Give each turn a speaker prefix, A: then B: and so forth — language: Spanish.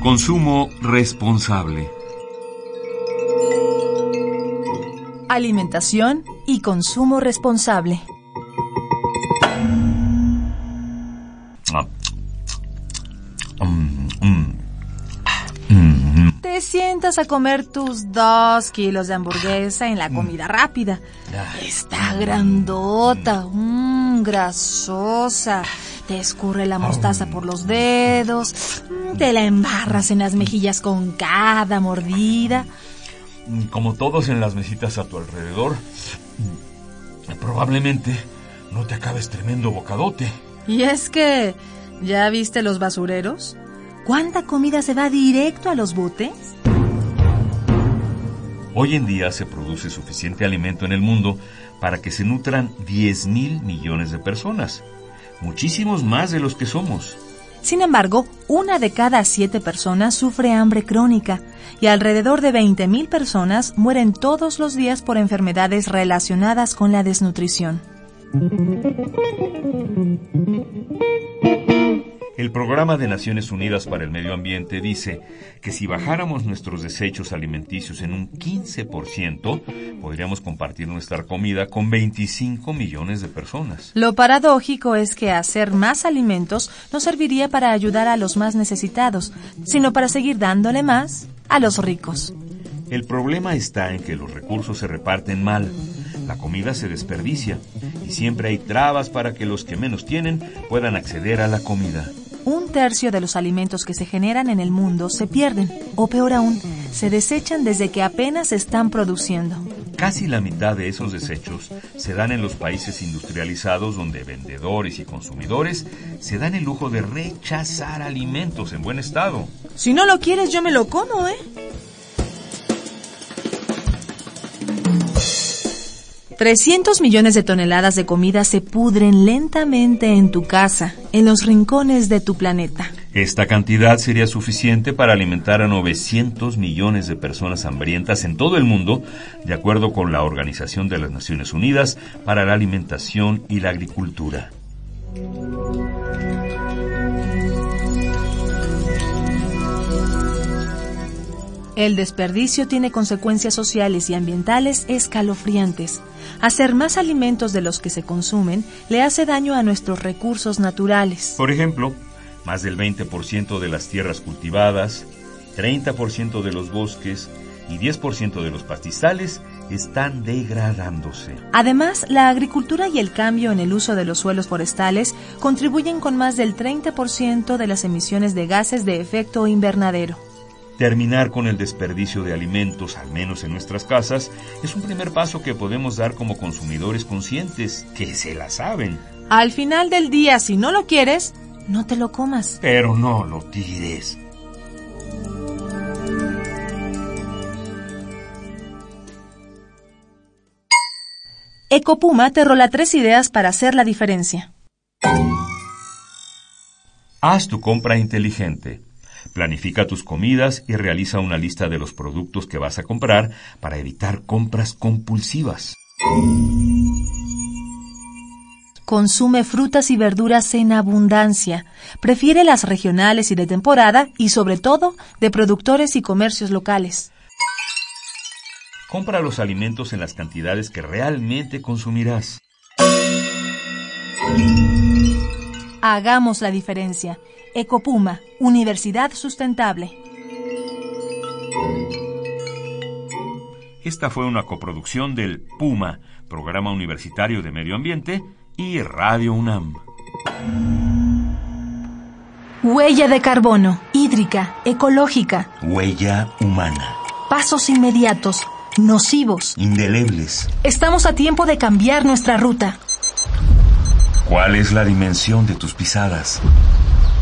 A: Consumo responsable.
B: Alimentación y consumo responsable.
A: Ah.
B: Te sientas a comer tus dos kilos de hamburguesa en la
A: Mm.
B: comida rápida. Está grandota, mmm, grasosa. Te escurre la mostaza por los dedos. mm, Te la embarras en las mejillas con cada mordida.
C: Como todos en las mesitas a tu alrededor, probablemente no te acabes tremendo bocadote.
B: Y es que, ¿ya viste los basureros? ¿Cuánta comida se va directo a los botes?
C: Hoy en día se produce suficiente alimento en el mundo para que se nutran 10 mil millones de personas, muchísimos más de los que somos.
B: Sin embargo, una de cada siete personas sufre hambre crónica y alrededor de 20.000 personas mueren todos los días por enfermedades relacionadas con la desnutrición.
C: El programa de Naciones Unidas para el Medio Ambiente dice que si bajáramos nuestros desechos alimenticios en un 15%, podríamos compartir nuestra comida con 25 millones de personas.
B: Lo paradójico es que hacer más alimentos no serviría para ayudar a los más necesitados, sino para seguir dándole más a los ricos.
C: El problema está en que los recursos se reparten mal, la comida se desperdicia y siempre hay trabas para que los que menos tienen puedan acceder a la comida.
B: Un tercio de los alimentos que se generan en el mundo se pierden, o peor aún, se desechan desde que apenas se están produciendo.
C: Casi la mitad de esos desechos se dan en los países industrializados donde vendedores y consumidores se dan el lujo de rechazar alimentos en buen estado.
B: Si no lo quieres, yo me lo como, ¿eh? ¡300 millones de toneladas de comida se pudren lentamente en tu casa, en los rincones de tu planeta.
C: Esta cantidad sería suficiente para alimentar a 900 millones de personas hambrientas en todo el mundo, de acuerdo con la Organización de las Naciones Unidas para la Alimentación y la Agricultura.
B: El desperdicio tiene consecuencias sociales y ambientales escalofriantes. Hacer más alimentos de los que se consumen le hace daño a nuestros recursos naturales.
C: Por ejemplo, más del 20% de las tierras cultivadas, 30% de los bosques y 10% de los pastizales están degradándose.
B: Además, la agricultura y el cambio en el uso de los suelos forestales contribuyen con más del 30% de las emisiones de gases de efecto invernadero.
C: Terminar con el desperdicio de alimentos, al menos en nuestras casas, es un primer paso que podemos dar como consumidores conscientes, que se la saben,
B: Al final del día, si no lo quieres, no te lo comas.
C: pero no lo tires.
B: Ecopuma te rola tres ideas para hacer la diferencia.
C: Haz tu compra inteligente. Planifica tus comidas y realiza una lista de los productos que vas a comprar para evitar compras compulsivas.
B: Consume frutas y verduras en abundancia. Prefiere las regionales y de temporada y sobre todo de productores y comercios locales.
C: Compra los alimentos en las cantidades que realmente consumirás.
B: Hagamos la diferencia. Ecopuma, Universidad Sustentable.
C: Esta fue una coproducción del PUMA, Programa Universitario de Medio Ambiente, y Radio UNAM.
B: Huella de carbono, hídrica, ecológica,
A: Huella humana.
B: pasos inmediatos, nocivos.
A: Indelebles.
B: Estamos a tiempo de cambiar nuestra ruta.
C: ¿Cuál es la dimensión de tus pisadas?